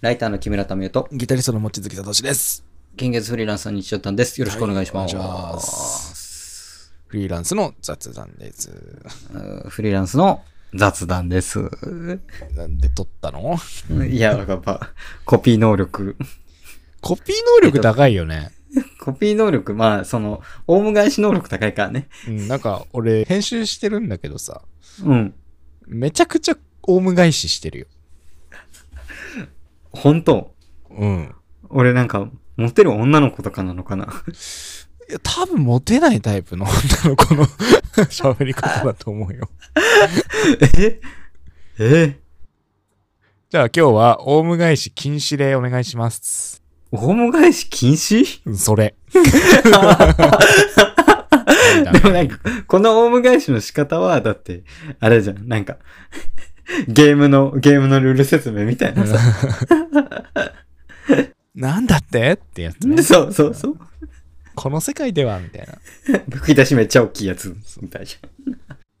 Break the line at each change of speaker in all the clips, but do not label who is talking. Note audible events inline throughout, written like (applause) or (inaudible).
ライターの木村民生と、
ギタリストの望月聡です。
現月フリーランスの日常談です。よろしくお願いします。
はいお願いしますフリーランスの雑談です。
うんフリーランスの雑談です。
(laughs) なんで撮ったの
いや、やっぱ、コピー能力。
コピー能力高いよね。
コピー能力、まあ、その、オウム返し能力高いからね。
うん、なんか俺、編集してるんだけどさ、
うん。
めちゃくちゃオウム返ししてるよ。
本当
うん。
俺なんか、モテる女の子とかなのかな。
いや、多分モテないタイプの (laughs) 女の子の喋り方だと思うよ。
え (laughs) え
じゃあ今日は、オウム返し禁止令お願いします。
オウム返し禁止 (laughs)
うんそ (laughs) れ。
でもなんか、このオウム返しの仕方は、だって、あれじゃん、なんか、ゲームの、ゲームのルール説明みたいなさ。
なんだってってやつ
(laughs)
ね。
そうそうそう。
この世界ではみたいな。
吹き出しめっちゃ大きいやつみたいじ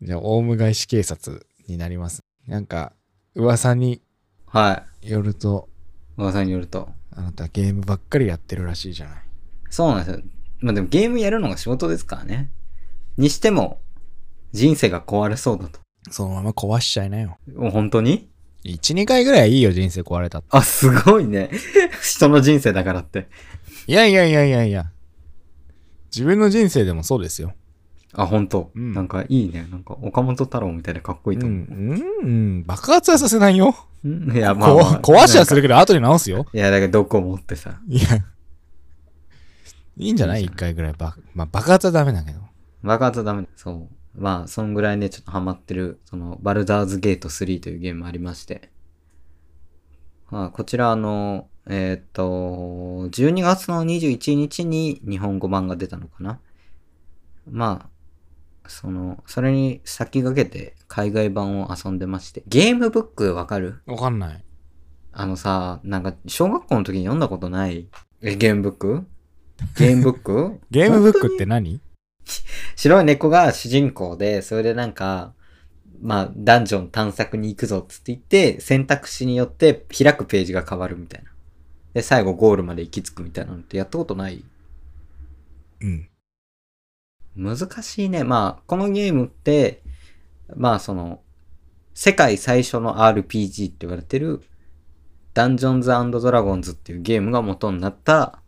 じゃあ、オウム返し警察になります。なんか、噂に
ゃん。はい。
よると、
噂によると。
あなたゲームばっかりやってるらしいじゃない。
そうなんですよ。まあでもゲームやるのが仕事ですからね。にしても、人生が壊れそうだと。
そのまま壊しちゃいなよ。
もう本当に
1、2回ぐらいはいいよ、人生壊れたって。
あ、すごいね。 (laughs) 人の人生だからって。
いやいやいやいやいや。自分の人生でもそうですよ。
あ、本当、
うん
なんかいいね。なんか岡本太郎みたいでかっこい
う
い
ん、
と
う
思
ん、うん。爆発はさせないよ。
う。んいや、まあ、まあ
こ壊しはす
る。
るけど、後で直すよ。
いや、だけどどこ持ってさ。
いや。いいんじゃない ?1 回ぐらいば。まあ、爆発はダメだけど。
爆発はダメだ。そう。まあ、そんぐらいね、ちょっとハマってる、その、バルダーズゲート3というゲームありまして。まあ、こちら、あの、えーっと、12月の21日に日本語版が出たのかな。まあ、その、それに先駆けて海外版を遊んでまして。ゲームブックわかる
わかんない。
あのさ、なんか、小学校の時に読んだことないえゲームブックゲームブック
ゲームブックって何
白い猫が主人公で、それでなんか、まあ、ダンジョン探索に行くぞっつって言って、選択肢によって開くページが変わるみたいな。で、最後ゴールまで行き着くみたいなのってやったことない
うん。
難しいね。まあ、このゲームって、まあその、世界最初の RPG って言われてる、ダンジョンズドラゴンズっていうゲームが元になった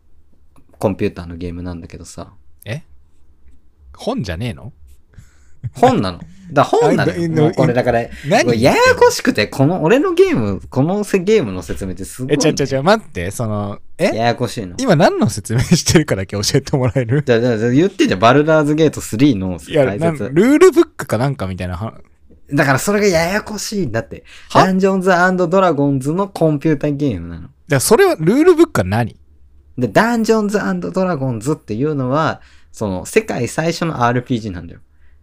コンピューターのゲームなんだけどさ。
本じゃねえの
本なの。だから本なの
I
よ。
don't know.
もうこれだから、
何
これややこしくて、この、俺のゲーム、このせゲームの説明ってすごい、
え、
ね。
ちゃちゃちゃ、待って、その、え
ややこしいの。
今何の説明してるかだけ教えてもら
(laughs)
える
だだだ言ってんじゃん、バルダーズゲート3の
いや、
解
なんル
説。
ールブックかなんかみたいなは。
だからそれがややこしいんだって。
は
ダンジョンズドラゴンズのコンピューターゲームなの。
じゃあそれは、ルールブックは何
で、ダンジョンズドラゴンズっていうのは、その、世界最初の RPG なんだよ。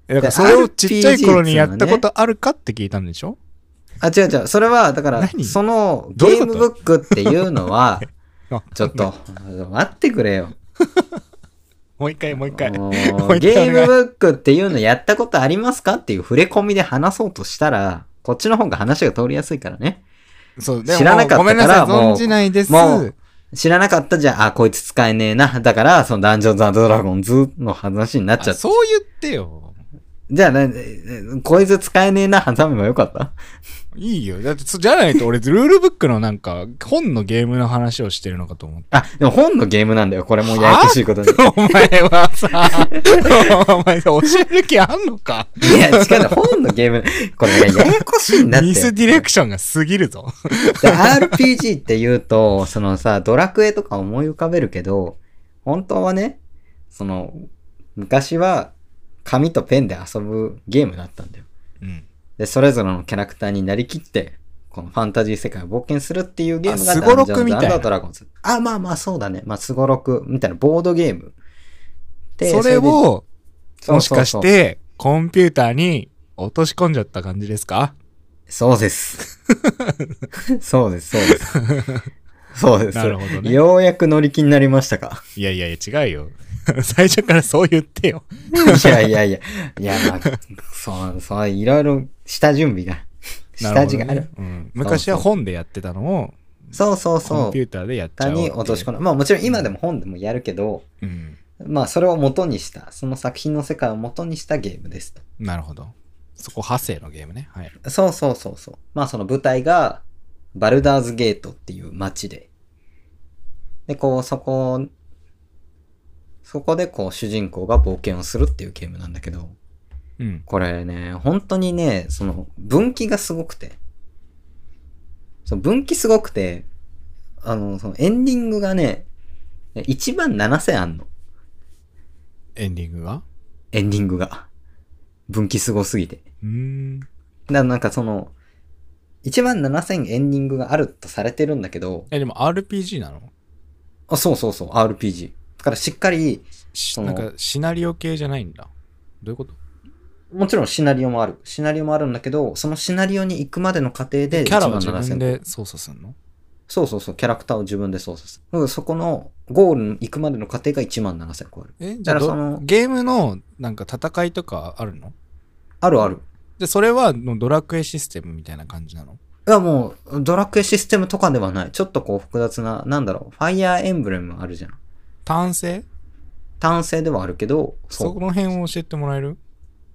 えだから
で
それをちっちゃい頃
RPG
にやったことあるかって聞いたんでしょ
あ、違う違う。それは、だから、
何
その、ゲ
どういう
ー
こ
ム
と
ブックっていうのは、
(laughs) あ
ちょっと、待ってくれよ。
もう一回、もう一回。
もう (laughs)
もう一
ゲ
回
ー
お
ム
願い
ブックっていうのやったことありますかっていう触れ込みで話そうとしたら、こっちの方が話が通りやすいからね。
そう、でも
知らなかったから
ごめんなさい、
もう
存じないです。
もう知らなかったじゃあ、あ、こいつ使えねえな。だから、そのダンジョンズドラゴンズの話になっちゃ
あ
った。
そう言ってよ。
じゃあ、なこいつ使えねえな、挟めばよかった
いいよ。だって、そじゃないと俺、ルールブックのなんか、本のゲームの話をしてるのかと思って。
あ、でも本のゲームなんだよ。これもうややこしいことに。
お前は
(laughs)
さ、お前さ、教える気あんのか
いや、違うの、本のゲーム、これね、ややこしいんだって。
ミスディレクションが過ぎるぞ。
で RPG って言うと、そのさ、ドラクエとか思い浮かべるけど、本当はね、その、昔は紙とペンで遊ぶゲームだったんだよ。
うん。
で、それぞれのキャラクターになりきって、このファンタジー世界を冒険するっていうゲームが
あスゴロク
ダンジョンズ
みたいな
ドラゴンズ。あ、まあまあそうだね。まあ、スゴロクみたいなボードゲーム。で
それ、を、
それで
もしかし
そうそうそう
て、コンピューターに落とし込んじゃった感じですか
そう
(laughs)
です。そうです、そうです。そうです。
なるほどね
ようやく乗り気になりましたか。
いやいやいや、違うよ。 (laughs) 最初からそう言ってよ。
(laughs) いやいやいや。いや、まあ、そう、そう、いろいろ下準備が、
(laughs) な
下
るほ
地
ど
がある。
ねうん昔は本でやってたのを、
そうそう
コ
そ
ン
う
ピ。ューターでやっち
他
ゃおうっていう
に落とし込む。まあもちろん今でも本でもやるけど、
うん。
まあそれを元にした、その作品の世界を元にしたゲームですと。
なるほど。そこ派生のゲームね。はい。
そうそうそうそう。まあその舞台が、バルダーズゲートっていう街で。で、こう、そこ、そこでこう主人公が冒険をするっていうゲームなんだけど、
うん。
これね、本当にね、その分岐がすごくて。その分岐すごくて、あの、そのエンディングがね、1万7000あんの。
エンディングが
エンディングが。分岐すごすぎて。
うーん。
だからなんかその、1万7000エンディングがあるとされてるんだけど、
え、でも RPG なの
あ、そうそうそう、RPG。だからしっかり、
し
そ
な
の
んかシナリオ系じゃないんだ。どういうこと
もちろんシナリオもある。シナリオもあるんだけど、そのシナリオに行くまでの過程で
キャラは自
1
分
万7000
で操作するの
そうそうそう、キャラクターを自分で操作する。うんそこのゴールに行くまでの過程が1万7000個ある。
えじ
だ
ゃあ
か
ど
らその
ゲームのなんか戦いとかあるの
あるある。
で、それはのドラクエシステムみたいな感じなの
いやもう、ドラクエシステムとかではない。ちょっとこう複雑な、なんだろう、ファイアーエンブレムあるじゃん。
単性
単性ではあるけど、そ
そうこ、の辺を教えてもらえる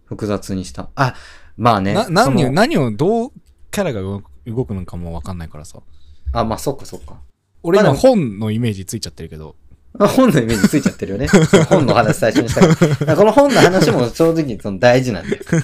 複雑にした。あ、まあね。
な
そ
何
の
を、何をどうキャラが動く動くのかもわかんないからさ。
あ、まあそっかそっか。
俺
ま
今
あでも
本のイメージついちゃってるけど。
あ本のイメージついちゃってるよ
(laughs)
ね。本の話最初にしたからだから。この本の話も正直その大事なんだよ。そ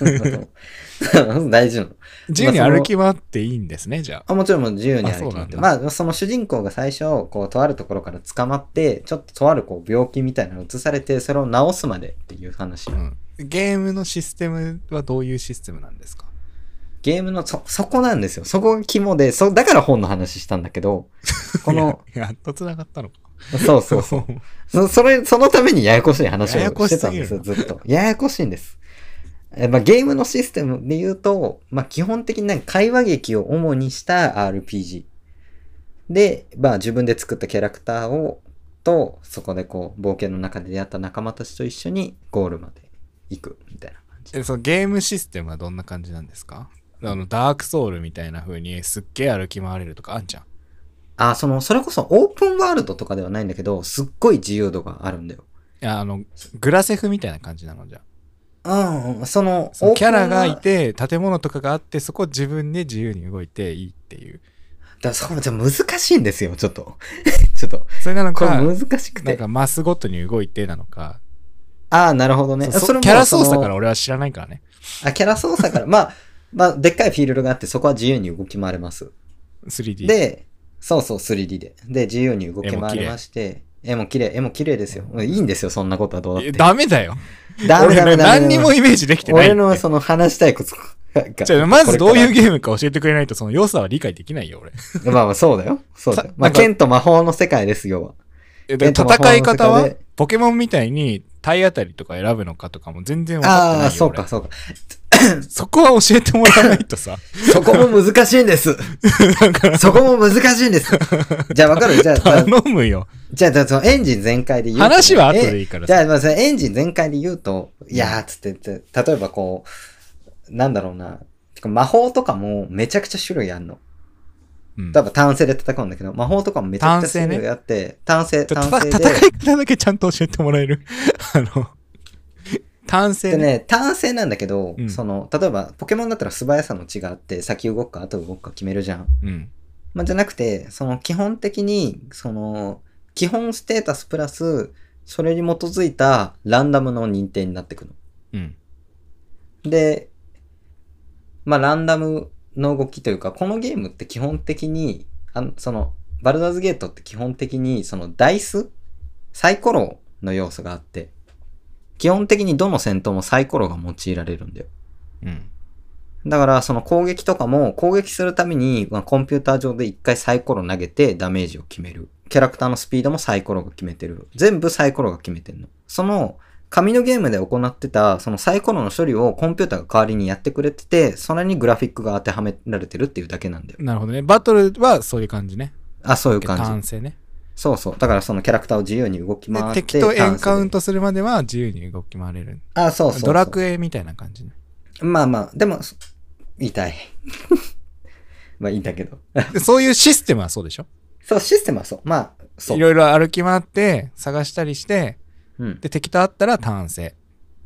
う大事なの。
自由に歩き回っていいんですね、じゃあ。
あもちろんもう自由に歩
あ
き
そう
回
な
っ
ん
て。
だ
まあその主人公が最初、こうとあるところから捕まって、ちょっととあるこう病気みたいなの移されて、それを治すまでっていう話。
うん。ゲームのシステムはどういうシステムなんですか
ゲームのそ、そこなんですよ。そこが肝で、そ、だから本の話したんだけど、この、
(laughs) いや、やっと繋がったのか。
そうそうそう。そ、それ、そのためにややこしい話をしてたんですよ、
ややこし
ずっと。ややこしいんです。えまあ、ゲームのシステムで言うと、まあ、基本的になんか会話劇を主にした RPG。で、まあ、自分で作ったキャラクターを、と、そこでこう、冒険の中で出会った仲間たちと一緒にゴールまで行く、みたいな感じ。
(laughs) えそのゲームシステムはどんな感じなんですかあのダークソウルみたいな風にすっげえ歩き回れるとかあんじゃん
あ、その、それこそオープンワールドとかではないんだけど、すっごい自由度があるんだよ。
いやあのグラセフみたいな感じなのじゃん
うん、その、
そのキャ
オ
ラ
ープンワ
が
ー
いて建物とかがあってそこ自分で自由に動いていいっていう
だからそこもじゃ難しいんですよ、ちょっと。 (laughs) ちょっと。
それなの
これ
か
難しく
なん
て。
かマスごとに動いてなのか、
ああ、なるほどね。
そう
それも
キャラ操
そ
作
の
から俺は知らないからね
あ、キャラ操作から。まあ、まあ、でっかいフィールドがあって、そこは自由に動き回れます。
3D
で、そうそう、3D で。で、自由に動き
絵も
回
綺麗
れまして、絵も綺麗、絵も綺麗ですよ。うんいいんですよ、そんなことはどうだっ
え
て。
ダメだよ
ダメダメダ
俺
メ。
何にもイメージできてない
俺のその話したいことが。
じゃあまずどう
(laughs)
いう
う
ゲームか教えてくれないとその良さは理解できないよ俺
まあまあ、そうだよ。そうだよ
さ。
まあ、
なんか
剣と魔法の世界です、要は。
えで
えっと魔法の
戦い方
世
は
界で
ポケモンみたいに体当たりとか選ぶのかとかも全然分かって
あ
な
あ、
いよ
そう
俺
か、そうか。
そこは教えてもらわないと
(laughs)
さ
そこも難しいん
(laughs)
です。
だから
そこも難しいんです。じゃあ、わかる
(laughs)
じゃあ、
頼むよ
じゃあ、じゃあそのエンジン全開で言うと
話は後でいいから
えじ
さ
ゃあ、まあ、そのエンジン全開で言うと、いやー、つってって、例えばこう、なんだろうな、てか魔法とかもめちゃくちゃ種類あんの。
うん
例えば単性で叩くんだけど、魔法とかもめちゃくちゃ種類あって、単性、
ちょ
単
た
性
戦
で。
い方だけちゃんと教えてもらえる (laughs) あの単性
で
ね
ね、単性なんだけど、
うん
その、例えばポケモンだったら素早さの違って、先動くか後動くか決めるじゃん。
うん
まあ、じゃなくて、その基本的に、その、基本ステータスプラス、それに基づいたランダムの認定になってくの。
うん
で、まあ、ランダムの動きというか、このゲームって基本的に、あのその、バルダーズゲートって基本的に、その、ダイスサイコロの要素があって、基本的にどの戦闘もサイコロが用いられるんだよ。
うん
だから、その攻撃とかも、攻撃するために、まあ、コンピューター上で一回サイコロ投げてダメージを決める。キャラクターのスピードもサイコロが決めてる。全部サイコロが決めてるの。その、紙のゲームで行ってた、そのサイコロの処理をコンピューターが代わりにやってくれてて、それにグラフィックが当てはめられてるっていうだけなんだよ。
なるほどねバトルはそういう感じね
あ、そういう感
単
じ。
性ね
そうそう。だからそのキャラクターを自由に動き
で
回って。
敵とエンカウン
ト。
トするまでは自由に動き回れる
あ、そうそうそう。
ドラクエみたいな感じね
まあまあ、でも、 (laughs) 痛い。まあいいんだけど。
でそういうシステムはそうでしょ
そう、システムはそう。まあ、 (laughs) そう。
いろいろ歩き回って、探したりして、
うん。
で、適当あったら単成。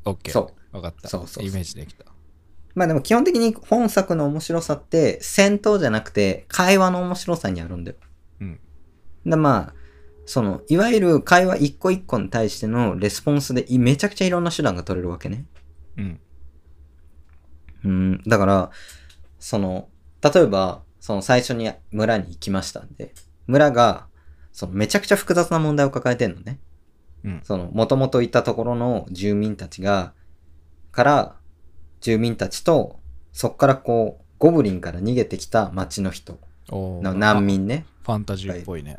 OK。。
そう
わかった。
そうそうそう
イメージできた。
まあでも基本的に本作の面白さって戦闘じゃなくて会話の面白さにあるんだよ。
うん。
だまあ、その、いわゆる会話一個一個に対してのレスポンスでいめちゃくちゃいろんな手段が取れるわけね。
うん。
うん。だから、その、例えば、その最初に村に行きましたんで、村が、そのめちゃくちゃ複雑な問題を抱えてんのね。
うん
その、もともといたところの住民たちが、から、住民たちと、そっからこう、ゴブリンから逃げてきた町の人、
おー
の難。民ね。
あファンタジーっぽいね。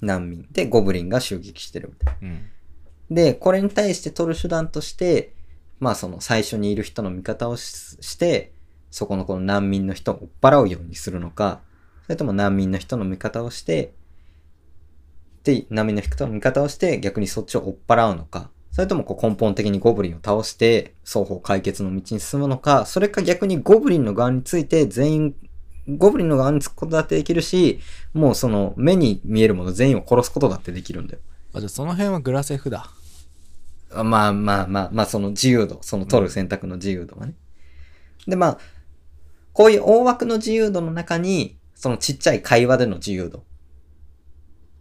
難民。で、ゴブリンが襲撃してるみたいな。
うん。
で、これに対して取る手段として、まあその最初にいる人の味方をしして、そこのこの難民の人を追っ払うようにするのか、それとも難民の人の味方をして、で、難民の人の味方をして逆にそっちを追っ払うのか、それともこう根本的にゴブリンを倒して双方解決の道に進むのか、それか逆にゴブリンの側について全員、ゴブリンの側につくことだってできるし、もうその目に見えるもの全員を殺すことだってできるんだよ。
あ、じゃあその辺はグラセフだ。
まあまあまあまあその自由度その取る選択の自由度はね。でまあこういう大枠の自由度の中にそのちっちゃい会話での自由度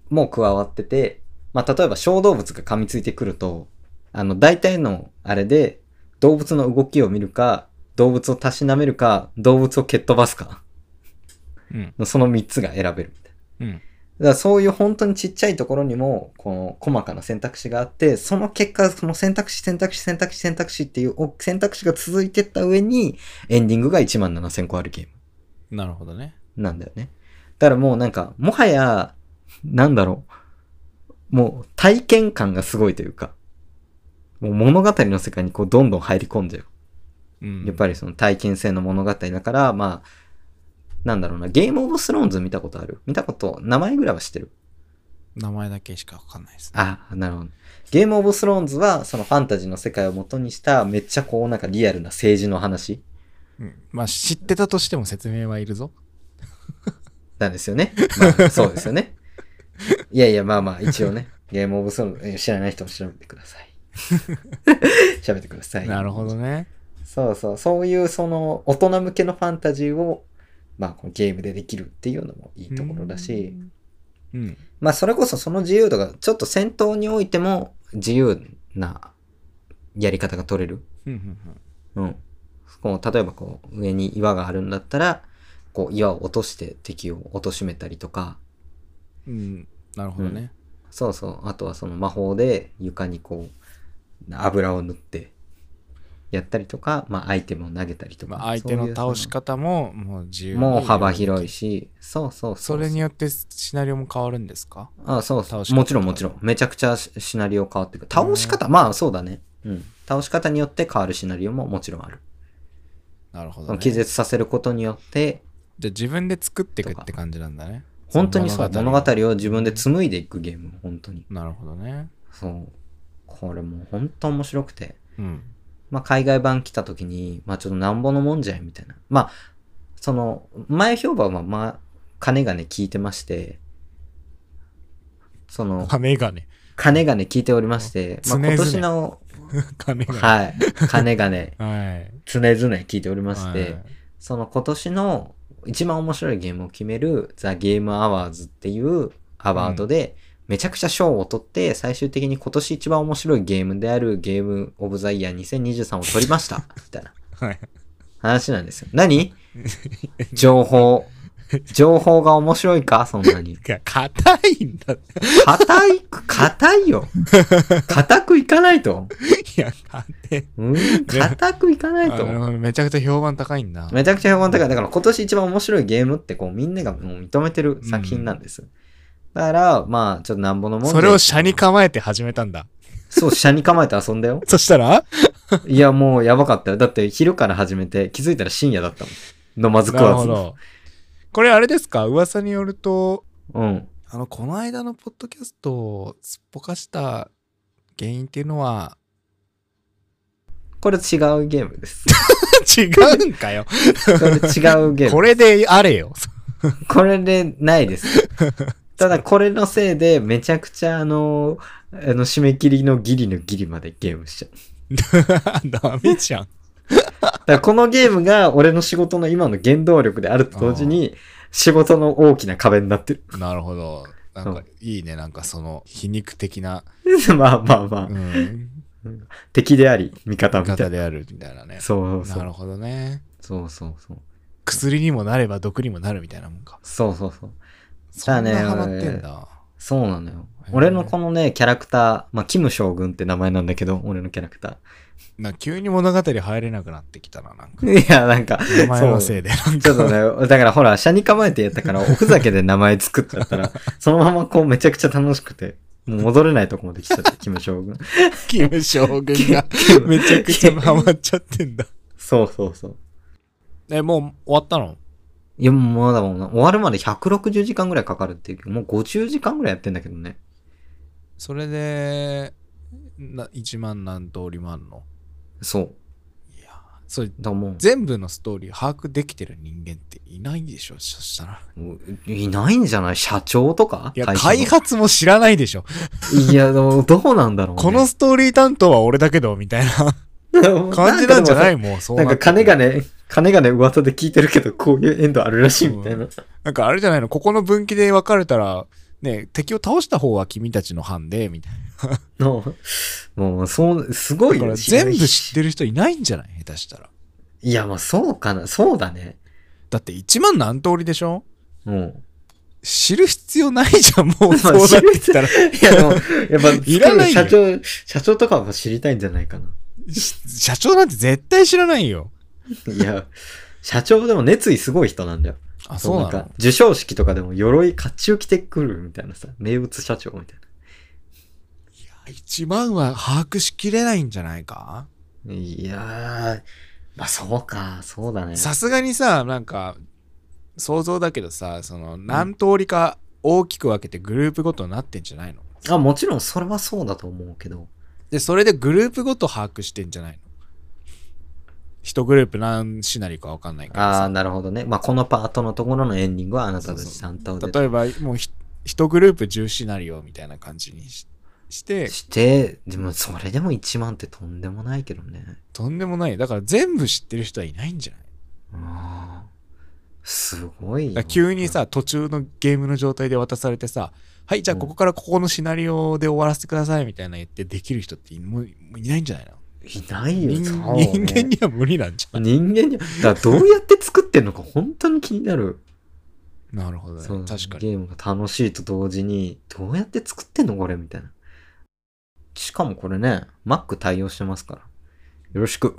も加わってて、まあ例えば小動物が噛みついてくるとあの大体のあれで動物の動きを見るか動物をたしなめるか動物を蹴っ飛ばすか
うん。
のその3つが選べるみたいな。
うん。
だからそういう本当にちっちゃいところにも、この細かな選択肢があって、その結果、その選択肢、選択肢、選択肢、選択肢っていうお選択肢が続いてった上に、エンディングが1万7000個あるゲー
なるほどね。
ムなんだよね。だからもうなんか、もはや、なんだろう。もう体験感がすごいというか、もう物語の世界にこうどんどん入り込んじゃう。
うん。
やっぱ
り。
りその体験性の物語だから、まあ、なんだろうな、ゲームオブスローンズ見たことある見たこと、名前ぐらいは知ってる
名前だけしかわかんないですね。
あ、なるほど。ゲームオブスローンズは、そのファンタジーの世界を元にした、めっちゃこう、なんかリアルな政治の話
うん。まあ、知ってたとしても説明はいるぞ。
なんですよね。まあ、そうですよね。いやいや、まあまあ、一応ね、ゲームオブスローンズえ、知らない人も調べてください。 (laughs) 調べてください。
なるほどね。
そうそう、そういう、その、大人向けのファンタジーを、まあ、このゲームでできるっていうのもいいところだし、
うん。うん。
まあそれこそその自由度がちょっと戦闘においても自由なやり方が取れる
うん。うん
うん。こう例えばこう上に岩があるんだったら、こう岩を落として敵を貶としめたりとか、
うん。うん。なるほどね。
そうそう、あとはその魔法で床にこう油を塗ってやったりとか、まあアイテムを投げたりとか。
まあ、相手の倒
そ
し
ういう
方も、もう自
そ
由
の
に
もう幅広い。し、そうそうう
それによってシナリオも変わるんですか
あそうそう
倒し方
もちろんもちろん。めちゃくちゃシシナリオ変わってくる。倒し方、まあそうだね。うん。倒し方によって変わるシナリオももちろんある。
なる
そ
ほど、
の
ね。
気
じゃ
絶させることによって、
あ自分で作っていくって感じなんだね。
本当にそう
その
物語を自分で紡いでいくゲーム本当に
なるほどね。
そうこれもう本当面白くて
うん。
まあ海外版来た時にまあちょっとなんぼのもんじゃいみたいなまあその前評判はまあ金がね聞いてましてその
金がね。 (laughs)
金がね聞いておりまして、まあ、
常々
今年の
金がね。
はい金がね
はい。
常々聞いておりまし
は
て、
い。
その今年の一番面白いゲームを決めるザ・ゲーム・アワーズっていうアワードで、めちゃくちゃ賞を取って、最終的に今年一番面白いゲームであるゲーム・オブ・ザ・イヤー2023を取りま
(laughs)
した。みたいな
はい。
話なんですよ。
(laughs)
何情報。情報が面白いかそんなに。
いや硬いんだ。い
硬い、硬いよ。硬くいかないと。
や、硬い。
うん、硬くいかない
あ
と。
のめちゃくちゃ評判高いんだ。
めちゃくちゃ評判高い。だから今年一番面白いゲームってこうみんながもう認めてる作品なんです。だから、まあ、ちょっとなんぼのもんで
それを車に構えて始めたんだ。。
そう、車に構えて遊んだよ
(laughs) そしたら
いや、もうやばかったよ。だって昼から始めて気づいたら深夜だったもん。飲まず食
なる
わ
ほ
ず。
ど。これあれですか噂によると、
うん。
あの、この間のポッドキャストをすっぽかした原因っていうのは、
これ違うゲームです。
(laughs) 違うんかよ。
これ違うゲーム。
これであれよ。
これでないです。ただこれのせいで、めちゃくちゃあの、あの、締め切りのギリのギリまでゲームしちゃう。
(laughs) ダメじゃん。
だからこのゲームが俺の仕事の今の原動力であると同時に、仕事の大きな壁になってる。 (laughs)
なるほど。なん
そ
か
う
いいね、なんかその皮肉的な、
まあまあまあ、
うん、
敵であり、味方
見
みたいな。
方であるみたいなね。
そうそうそ
なる
う。
ほどね。
そうそうそう。
薬にもなれば毒にもなるみたいなもんか。
そうそうそう。
そ
ただ
ん
ね
なハマってんだ。
そうなのよ
へ。ー
俺のこのね、キャラクター、まあ、キム将軍って名前なんだけど、俺のキャラクタ
なんか急に物語入れなくなってきたな、なんか。
ー。いや、なんか、
名前の
そう
せいで。なん
ちょっ
か
とね、だからほら、車に構えてやった
(laughs)
から、おふざけで名前作っちゃったら、そのままこうめちゃくちゃ楽しくて、もう戻れないとこまで来ちゃった、キム将軍。
キム将軍が
キム
めちゃくちゃハマっちゃってんだ。
そうそうそう。
(laughs) え、もう終わったの
いや、もうまだもうな、終わるまで160時間ぐらいかかるっていうけど、もう50時間ぐらいやってんだけどね。
それで、な1万何通りもあんの
そう。
それ、
だからも
全部のストーリー把握できてる人間っていないでしょそしたら。
う、いないんじゃない社長とか
いや、
会社の
開発も知らないでしょ。
いや、でもどうなんだろう、ね。
このストーリー担当は俺だけど、みたいな感じなんじゃないもう、そう
なん
っ
か
てく
金
る
がね、金がね、噂で聞いてるけど、こういうエンドあるらしいみたいな。
なんかあれじゃないのここの分岐で分かれたら、ね、敵を倒した方は君たちの班で、みたいな。
(laughs) の、もう、そう、すごい
だか
よ
ら全部知ってる人いないんじゃない下手したら。
いや、まあそうかな。そうだね。
だって1万何通りでしょ
うん。
(laughs) 知る必要ないじゃん、もう。
(laughs) ま
そ
あ
うなってきたら。
いや、でも、やっぱ、
いらないよ
社長、社長とかは知りたいんじゃないかな。
社長なんて絶対知らないよ。
いや、社長でも熱意すごい人なんだよ。
あ、そうな
なんか
の、
授賞式とかでも鎧甲冑着てくるみたいなさ、名物社長みたい
一万は把握しきれないんじゃないか
な。いやー、まあそうか、そうだね。
さすがにさ、なんか、想像だけどさ、その、何通りか大きく分けてグループごとになってんじゃないの
あ、もちろんそれはそうだと思うけど。
で、それでグループごと把握してんじゃないの一グループ何シナリオか分かんないから
ああ、
さ。
なるほどね。まあこのパートのところのエンディングはあなたた
そう
ち
そ
担当で。
例えば、もうひ一グループ10シナリオみたいな感じにしして、
して、でもそれでも1万ってとんでもないけどね。
とんでもない。だから全部知ってる人はいないんじゃない
あーすごい
だ
よ。
から急にさ途中のゲームの状態で渡されてさ「はいじゃあここからここのシナリオで終わらせてください」みたいな言ってできる人っていもうもういないんじゃないの
いないよ、
人
そう
人間
ね
には無理なんじゃない
人間に。だ (laughs) からどうやって作ってんのか本当に気になる。
なるほどね
そう
確かに
ゲームが楽しいと同時に、どうやって作ってんのこれみたいな。しかもこれね、Mac 対応してますから。よろしく。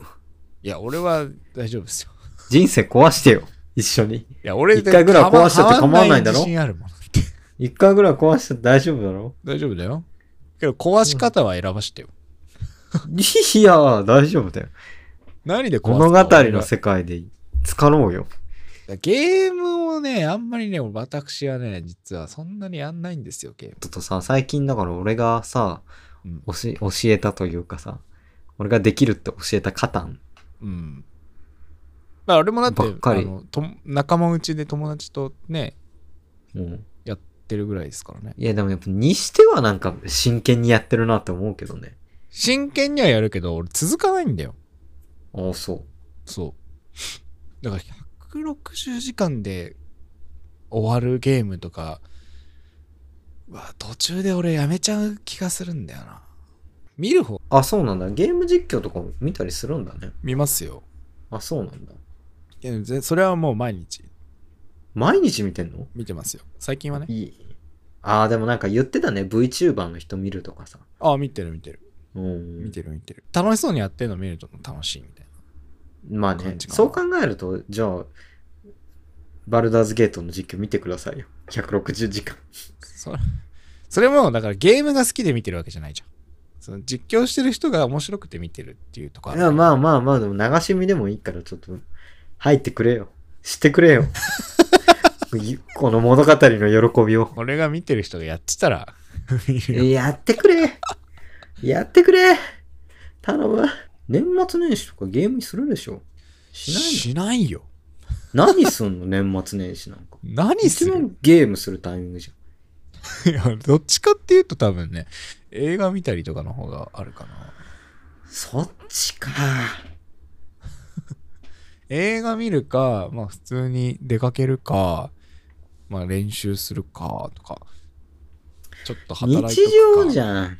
いや俺は大丈夫ですよ
人生壊してよ。一緒に。
いや俺
一回ぐらい壊したって構わないんだろ
変わんない自信あるもん
一回ぐらい壊して大丈夫だろ
大丈夫だよけど壊し方は選ばしてよ、
いやー、大丈夫だよ。
何で壊す
物語の
せ
世界で使ろうよ。
ゲームをねあんまりね私はね実はそんなにやんないんですよゲーム
ちょっとさ、最近だから俺がさ、
うん
教え教えたというかさ、俺ができるって教えたカタン。
うん。まあ、俺もだって、
ばっかり
あのと仲間内で友達とね、
うん
やってるぐらいですからね。
いや、でもやっぱにしてはなんか真剣にやってるなって思うけどね。
真剣にはやるけど、俺続かないんだよ。
ああ、そう。
そう。だから、160時間で終わるゲームとか、うわ、途中で俺やめちゃう気がするんだよな。見る方、
あ、そうなんだ。ゲーム実況とか見たりするんだね。
見ますよ。
あ、そうなんだ。
いやぜそれはもう毎日
毎日見てんの
見てますよ。最近はね。
いい。ああ、でもなんか言ってたね。VTuber の人見るとかさ。
ああ、見てる見てる。
うん。
見てる見てる。楽しそうにやってるの見ると楽しいみたいな。
まあね
感じ、かな
そう考えると、じゃあ、バルダーズゲートの実況見てくださいよ。160時間。
それそれもだからゲームが好きで見てるわけじゃないじゃんその実況してる人が面白くて見てるっていうとこあ
い
る
や、まあまあまあ、でも流し見でもいいから、ちょっと、入ってくれよ。してくれ
(laughs)
よ。この物語の喜びを。
俺が見てる人がやってたら見るよ
やってくれやってくれ頼む年末年始とかゲームにするでしょしない
しないよ
の何すんの年末年始なんか。
何す
一
る
番ゲームするタイミングじゃん。
いや (laughs) どっちかっていうと多分ね、映画見たりとかの方があるかな。
そっちか。
映画見るか、まあ普通に出かけるか、まあ練習するかとか、ちょっと働い
日
て
常じゃん。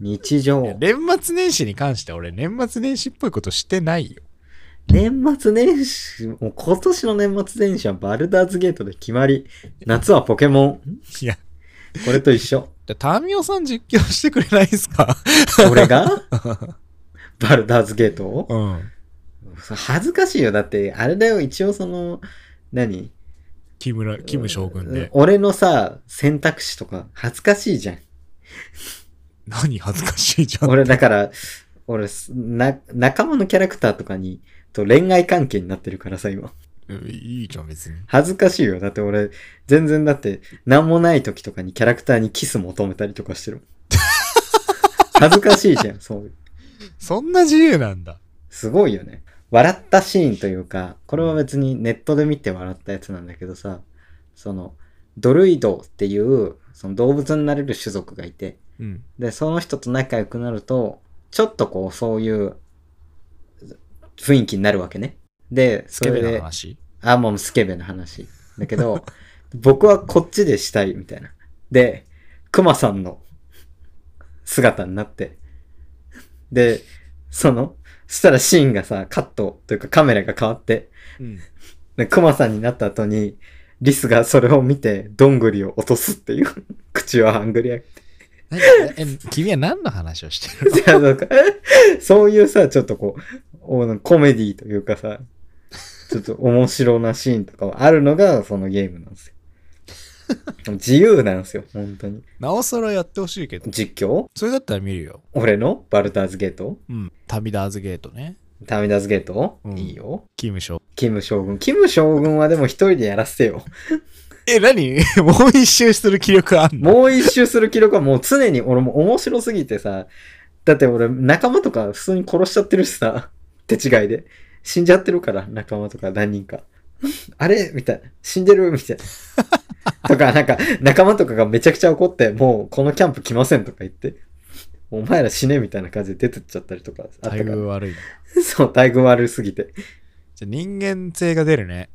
日常。
年末年始に関して俺年末年始っぽいことしてないよ。
年末年始、もう今年の年末年始はバルダーズゲートで決まり。夏はポケモン。
いや、
これと一緒。
じゃあタミオさん実況してくれないですか
俺がバルダーズゲートを
(laughs) うん。
恥ずかしいよ。だって、あれだよ、一応その、何
キムラ、キム将軍で。
俺のさ、選択肢とか恥ずかしいじゃ
(laughs)
ん。
何恥ずかしいじゃん。
俺だから、俺すな、仲間のキャラクターとかに、と恋愛関係になってるからさ、今。
うん (laughs) いいじゃん別に。
恥ずかしいよ。だって俺、全然だって、なんもない時とかにキャラクターにキス求めたりとかして
(laughs)
るもん。恥ずかしいじゃん、そういう。
そんな自由なんだ。
すごいよね。笑ったシーンというか、これは別にネットで見て笑ったやつなんだけどさ、その、ドルイドっていう、その動物になれる種族がいて、
うん。
で、その人と仲良くなると、ちょっとこう、そういう雰囲気になるわけね。で、
ス
そ
ケ
れ
ベな
で、
話。
あ、もうスケベの話。だけど、 (laughs) 僕はこっちでしたい、みたいな。で、クマさんの姿になって。で、その、そしたらシーンがさ、カットというかカメラが変わって、
うん。
でクマさんになった後に、リスがそれを見て、どんぐりを落とすっていう。 (laughs) 口をハングリア
何え、君は何の話をしてる
じゃあなんかそういうさ、ちょっとこう、おコメディというかさ、ちょっと面白なシーンとかはあるのがそのゲームなんですよ。自由なんですよ、本当に。
(laughs) なおさらやってほしいけど。
実況
それだったら見るよ。
俺のバルターズゲート
うん。タミダーズゲートね。
ターミナーズゲート、
うん
いいよ。
キムショー。
キム将軍。キム将軍はでも一人でやらせてよ。
え、何 (laughs) もう一周する気力あんの
もう一周する記録はもう常に俺も面白すぎてさ、だって俺仲間とか普通に殺しちゃってるしさ、手違いで。死んじゃってるから、仲間とか何人か。あれみたいな。死んでるみたいな。とか、なんか、仲間とかがめちゃくちゃ怒って、もうこのキャンプ来ませんとか言って、お前ら死ねみたいな感じで出てっちゃったりとかあった
待
か
遇
ら。
悪いな。
そう、待遇悪すぎて。
じゃあ人間性が出るね。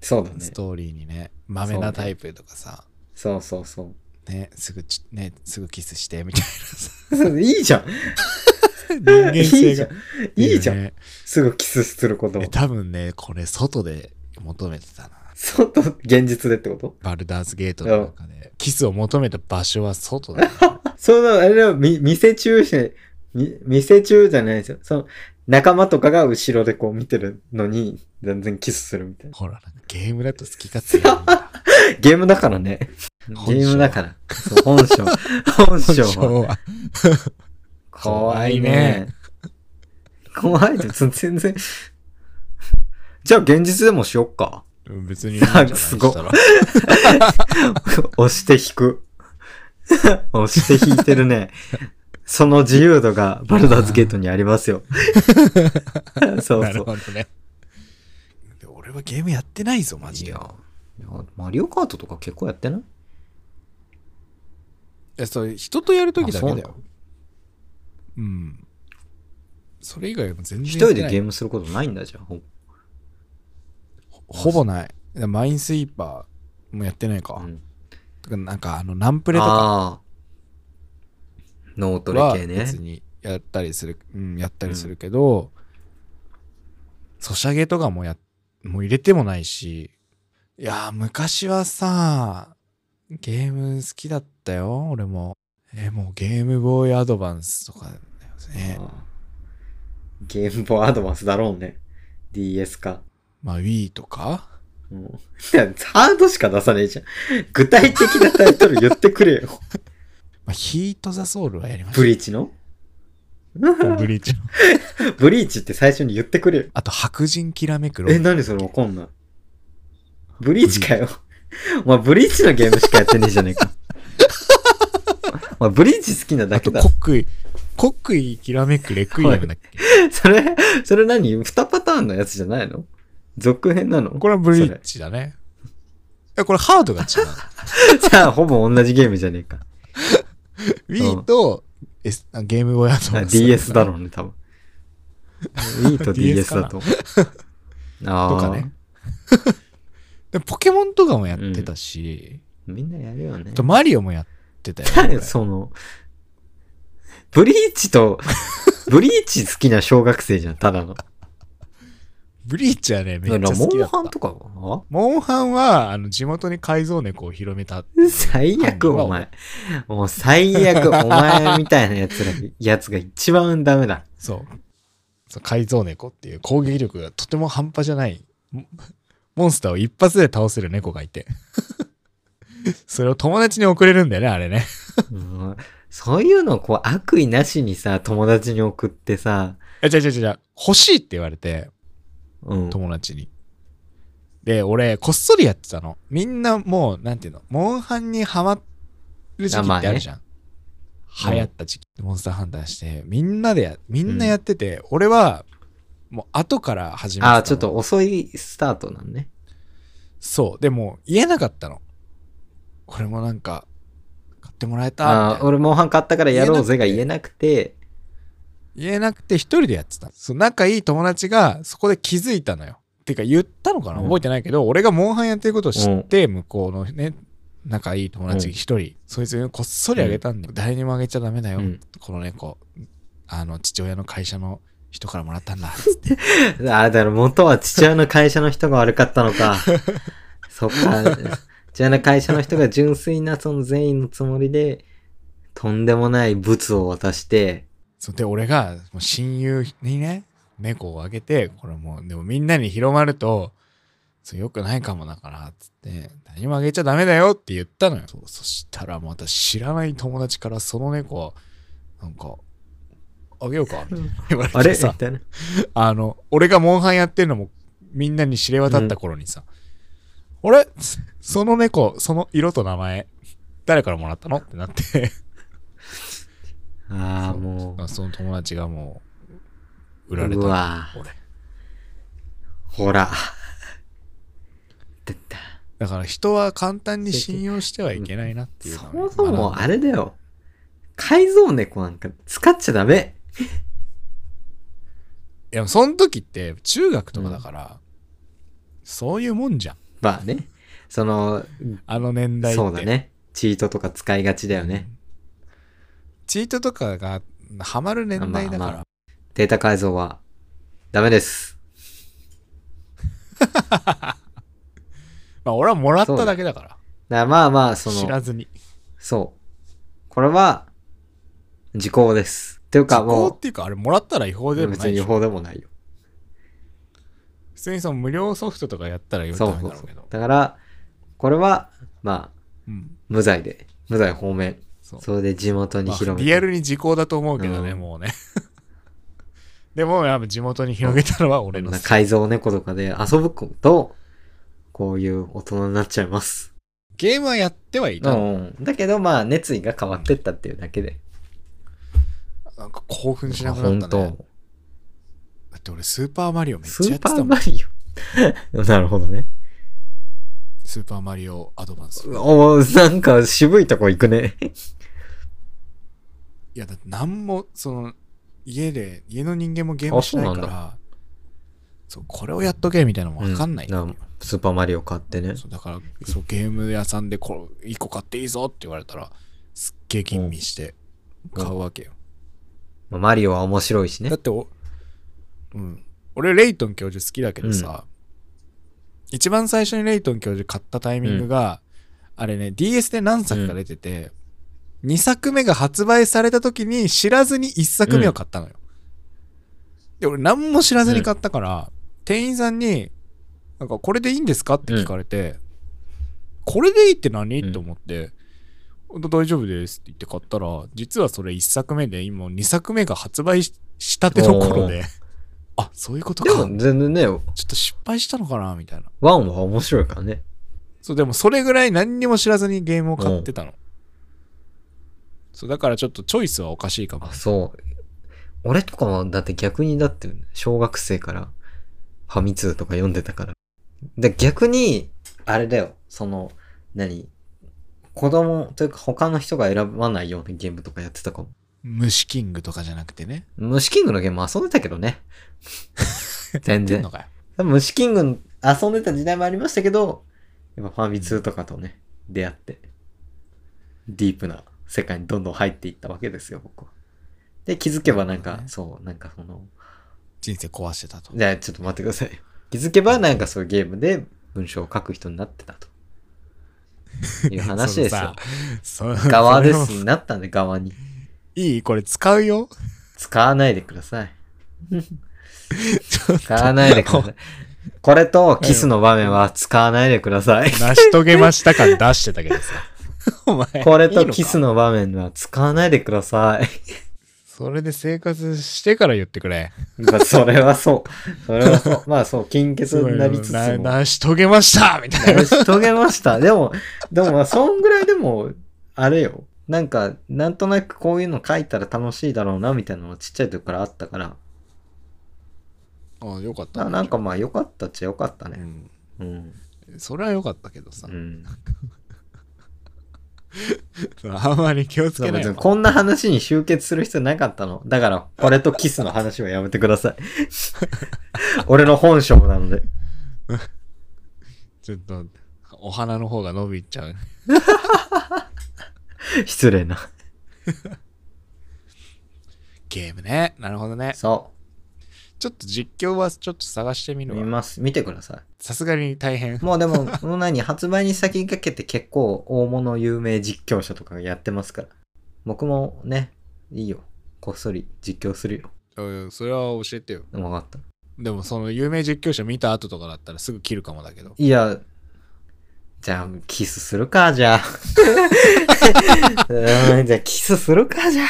そうだね
ス。トーリーにね。マメなタイプとかさ。
そうそうそ
ね、すぐち、ね、すぐキスして、みたいなさ。
う。 (laughs) いいじゃん。
人
(laughs)
間
いい
性
じゃん
が。。
いいじゃん。
ね。
すぐキスすることを
え、。多分ね、これ外で求めてたな。
そうと、現実でってこと
バルダーズゲートの中で。キスを求めた場所は外だな。
(laughs) その、あれは、み、店中し、み、店中じゃないですよ。その、仲間とかが後ろでこう見てるのに、全然キスするみたいな。
ほら、なんかゲームだと好き勝手やるんだ。
ゲームだからね。 (laughs) ゲ
本性
ームだから。そう本性。本性は。
は。
怖い
怖い
ね
ね。
怖いです。 (laughs) 全然。じゃあ現実でもしよっか。
別にいいんじゃない。
すごい
そ
(laughs)
したら
押して引く。 (laughs) 押して引いてるね。その自由度がバルダーズゲートにあります
(laughs)
よ。そう
な
そ
る
う。
ほどね。で俺はゲームやってないぞ、マジ
い
で。
や、いやマリオカートとか結構やってない
え、それ、人とやるときだけ
あ
だ
そうな
よ
の。
うん。それ以外は全然
一人でゲー
ム
ムすることないんだじゃん。ほ
ほぼない。マインスイーパーもやってないか。
うん
とかなんか、あの、ナンプレとか
ああ。脳トレ
は
系ね
別。にやったりする、うん、やったりするけど、ソシャゲとかもや、もう入れてもないし、いやー、昔はさ、ゲーム好きだったよ、俺も。えー、もうゲームボーイアドバンスとかだよね。
ああゲームボーイアドバンスだろうね。DS か。
まあ、Wii とか
うん、 (laughs) いやハードしか出さねえじゃん。具体的なタイトル言ってくれよ。
まあ、ヒート・ザ・ソウルはやりまし
ブリーチの
た。 (laughs) ブリーチの。
ブリーチって最初に言ってくれよ。
あと、白人きらめくロ
え、何それわかんない。ブリーチかよ。 (laughs) お前ブリーチのゲームしかやってねえじゃねえ
(laughs)
か。お前ブリーチ好きなだ
あ
け
と、
だ
コ。ックイ、コックイきらめくレクイエムだっけ
それ、それ何 ?2 パターンのやつじゃないの続編なの
これはブリーチだね。や、これハードが違う。
じゃあ、ほぼ同じゲームじゃねえか。
Wii と、S、あゲームボーイアドバ
あ
ンス
DS だろうね、
(laughs)
多分。Wii と
DS
DS
かな
だと思う。ああ。
と
(laughs)
かね。でポケモンとかもやってたし、
みんなやるよね
あ。とマリオもやっ
(laughs)
てたよ、
誰
俺
その、ブリーチ
(laughs)
と、ブリーチ好きな小学生じゃん、ただの。
ブリーチはね、め
だか
っ
ら、
ちゃ
モ
好きだ
ン
った。
ハンとかは
モンハンは、あの、地元に改造猫を広めたっていう。
最悪、
犯人は
お前。もう最
(laughs)
悪、お前みたいなやつら、やつが一番ダメ
(laughs)
だ。
そう。そう改造猫っていう攻撃力がとても半端じゃない、モモンスターを一発で倒せる猫がいて。 (laughs) それを友達に送れるんだよね、あれね。
うんそういうのをこう悪意なしにさ、友達に送ってさ、
え、違う違う違う、欲しいって言われて、
うん。
友達に。で、俺、こっそりやってたの。みんなもう、なんていうの、モンハンにハマる時期ってあるじゃん。
あね
流行った時期、モンスターハンターして、みんなでや、みんなやってて、俺は、もう後から始めてたの
ああ、ちょっと遅いスタートなんね。
そう。でも、言えなかったの。これもなんか、買ってもらえたみ
あ
たい
あ、
な。
俺モンハン買ったからやろうぜが言えなくて、
言えなくて一人でやってた。そう仲いい友達がそこで気づいたのよ。てか言ったのかな
うん
覚えてないけど、俺がモンハンやってることを知って、向こうのね、仲いい友達一人、そいつにこっそりあげたんだよ。誰にもあげちゃダメだよ。
うん
この猫、あの、父親の会社の人からもらったんだ。つって
ああ、だから元は父親の会社の人が悪かったの
(laughs)
か。そっか。父親の会社の人が純粋なその善意のつもりで、とんでもない物を渡して、
そうで、俺がもう親友にね、猫をあげて、これもう、でもみんなに広まると、そうよくないかもだから、つって、何もあげちゃダメだよって言ったのよ。そうそしたらまた知らない友達からその猫を、なんか、あげよ
(laughs)
うか、みたいな言わ
あ
れ
れ
て
み
さ、
たいな。
あの、俺がモンハンやってるのもみんなに知れ渡った頃にさ、俺、その猫、その色と名前、誰からもらったのってなって、
ああ、
そう
も
その友達がもう、
う。
売られた
う
の。
わ
俺
ほら。出た。
だから人は簡単に信用してはいけないなっていう
そ
のはね、
もそも
学ん
あれだよ。改造猫なんか使っちゃダメ。
いやその時って中学とかだから、そういうもんじゃん
まあね。その、
あの年代って
そうだね。チートとか使いがちだよね。
チートとかがハマる年代だから、
まあまデータ改造はダメです。
まあ俺はもらっただけだから
だからまあまあ、そ
知ら
の、
ずに
そう。これは、時効です。というか
時効
も
っていうかあれもらったら違法
う、
でもな
別に
いで
違
しょ
法でもないよ。
普通にその無料ソフトとかやったらよく
そ
な
う
いん
そ
だ
う
ろう
そ
けど
う。だから、これは、まあ、
うん
無罪で、無罪方面。
そう
それで地元に
まあ
広め
リ
て
アルに時効だと思うけどね、
うん
もうね (laughs) でもやっぱ地元に広げたのは俺
こん
の
な
せい
改造猫とかで遊ぶと、こういう大人になっちゃいます。
ゲームはやってはいた
う
の、
ん。だけど、まあ、熱意が変わってったっていうだけで。
なんか興奮しなく
本
なった
当、
ね。だって俺スーパーマリオめっ
ス
ちゃ
ー
やって
パ
た
ー
もん。
マリオ。 (laughs) なるほどね。
スーパーマリオアドバンス。い
おーなんか渋いとこ行くね。
やだって何も、その、家で、家の人間もゲームしないか
あそうなん
ら、そう、これをやっとけみたいなのもわかんないんだよ、
うスーパーマリオ買ってね。
そうだから、そう、ゲーム屋さんでこれ、1個買っていいぞって言われたら、すっげえ吟味して買うわけよ。
まあマリオは面白いしね
だっ。てお、うん。俺、レイトン教授好きだけどさ、一番最初にレイトン教授買ったタイミングが、あれね、DS で何作か出てて、2作目が発売された時に知らずに1作目を買ったのよ。で、俺何も知らずに買ったから、店員さんに、なんか、これでいいんですかって聞かれて、これでいいって何
うん
って思って、ほんと大丈夫ですって言って買ったら、実はそれ1作目で、今2作目が発売ししたての頃で、あ、そういうこと
で
か。ち
も
ょっ
全然ね、
と失敗したのかなみたいな。
ワンは面白いからね。
そう、でもそれぐらい何にも知らずにゲームを買ってたの。そう、だからちょっとチョイスはおかしいかも
あ、。そう。俺とかも、だって逆にだって、小学生からファミ通とか読んでたから。で、逆に、あれだよ、その、何子供というか他の人が選ばないようなゲームとかやってたかも。
虫キングとかじゃなくてね。
虫キングのゲーム遊んでたけど
(laughs)
ね。全
出
然
んの。かよ。
虫キング遊んでた時代もありましたけど、やっぱファミ通とかとね、出会って、ディープな世界にどんどん入っていったわけですよ、僕は。で、気づけばなん
な
か、
るほどね
そう、なんかその、
人生壊してたと。
じゃあちょっと待ってくださいよ。気づけばなんかそういうゲームで文章を書く人になってたと。いう話ですよ。
(laughs) そのさ。
(laughs)
そ
側で。
そ
す
れも
になったんで、側に。
いいこれ使うよ。
使わないでください。
(laughs) ちょっと
使わないでください。これとキスの場面は使わないでください。
成し遂げました感出して
(laughs)
たけどさ。お (laughs) 前。
これとキス
いいか
の場面は使わないでください。
それで生活してから言ってくれ。
まあ、それはそう。それは
(laughs)
そう。まあ、そう、金欠になりつつ
な
も。
成し遂げましたみたいな。
成し遂げました。でも、でもまあ、そんぐらいでも、あれよ。なんか、なんとなくこういうの書いたら楽しいだろうな、みたいなのがちっちゃい時からあったから、
あよかった
な
ね。
なんかまあ、良かったっちゃ良かった
う
ね。
ん。
うん。
それはよかったけどさ
う。ん。
(laughs) あんまり気をつ
そう
けない
別
よ
に。こんな話に集結する必要なかったの。だから、これとキスの話はやめてくだ
(laughs)
さい。俺の本性なので。
ちょっと、お花の方が伸びちゃう。
失礼な。
ゲームね。なるほどね。
そ
ちょっと実況はちょっと探してみ
う。
る
見
わ。
ます。見てください。
さすがに大変。
もうで (laughs) も、この何、発売に先駆けて結構大物有名実況者とかがやってますから。僕もね、いいよ。こっそり実況するよ。
うんそれは教えてよ。
分かった。
でもその有名実況者見た後とかだったらすぐ切るかもだけど。
いや、じゃあ、キスするか、じ (laughs) ゃあ。うんじゃあ、キスするか、じゃ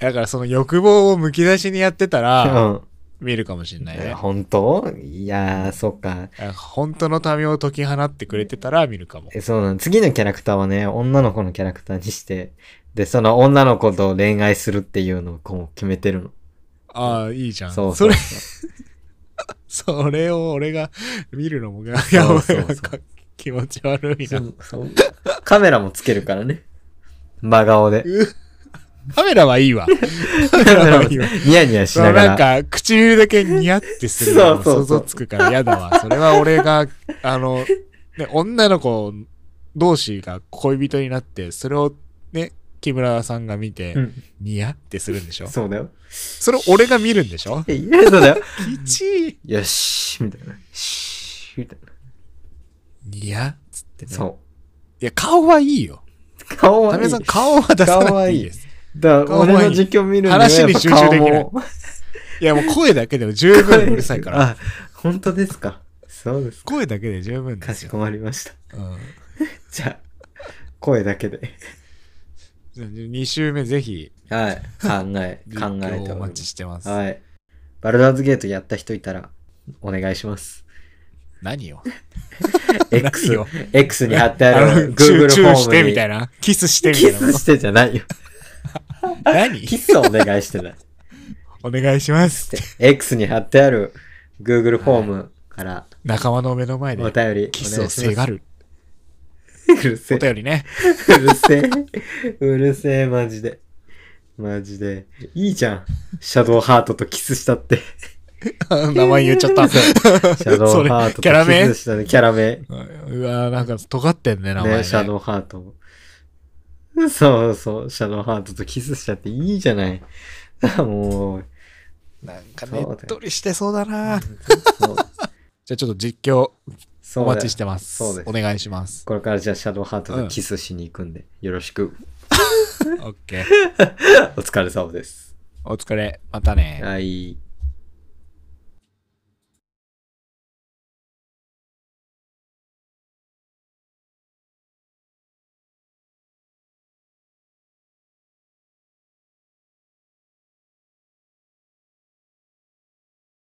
だからその欲望をむき出しにやってたら、
あ。
見るかもしんない
うん。
ね。
本当いやー、そっか。
本当のためを解き放ってくれてたら見るかも。
えそうなの。次のキャラクターはね、女の子のキャラクターにして、で、その女の子と恋愛するっていうのをこう決めてるの。
ああ、いいじゃん。
そう
そ
そう
れ、
そう。
それを俺が見るのもが、
そう
やば
そう
い
そう
なんか気持ち悪いな。
そうそうカメラもつけるからね。真顔
(laughs)
で。
カメラはいいわ。
カ
メラもつけ
ニヤニヤし
その
なが
なん
ら。
か唇だけニヤってするのも
そうそうそ
想
う
像つくから嫌だわ。それは俺が、あの、ね、女の子同士が恋人になって、それをね、木村さんが見て、
うん
ニヤってするんでしょ
そうだよ。
それ俺が見るんでしょ
えいや、そうだよ。
きち
よし、みたいな。しーみたいな。
ニヤっつってね。
そ
いや、顔はいいよ。
う。顔
田
はい
辺
い。
さん、顔は出さ
顔
な
は
くて
い
い
い
いです。
だから俺の実況見るには
話
やっ
に
ぱ
集中
顔
できない
も。
いや、もう声だけでも十分うるさいから。
あ、本当ですか。そうです。
声だけで十分で
か
す
し
よ。
こまりました。
うん
じゃあ、声だけで。
じゃあ二週目ぜひ、
(laughs) はい。考え、
実
考え
況
てお
をお
り
待
ま
ち
す。
してます。
はい。バルダーズゲートやった人いたら、お願いし
(laughs)
ます。
何を
X
何を、
X に貼ってある
チュー
Google
チ
フ
ュ
ォ
ーして
ーム
み
に
たいな。キスしてみた
キ
いな
ス
こ
してじゃない
(laughs)
よ。
と。何
キスをお願いしてない。
お願いします。
X に貼ってある Google フォームから
仲間の目の前
お
で
便りお願いします。
キスをせがる。
うるせ
お
え。
便りね。 (laughs)
うるせえ。うるせえ、マジで。マジで。いいじゃん。シャドウハートとキスしたって。シ
名前言っちゃった。
そうャド
それ
ウハートと
キャラ名
キスしたね。キャラ名。ね、
うわーなんか尖ってんね、名前、ね。
シャドウハート。そうそう、シャドウハートとキスしたっていいじゃない。 (laughs) もう、
なん
そ
か
うだ
ね
よ
っとりしてそうだな。
そう
(laughs) じゃあちょっと実況
そう
お
だよ
待ちしてます。
そうです
お願いします。
これからじゃあシャドウハートとキスしに行くんで、よろしく。
オッケー。
お疲れ様です。
お疲れ。またね。
はい。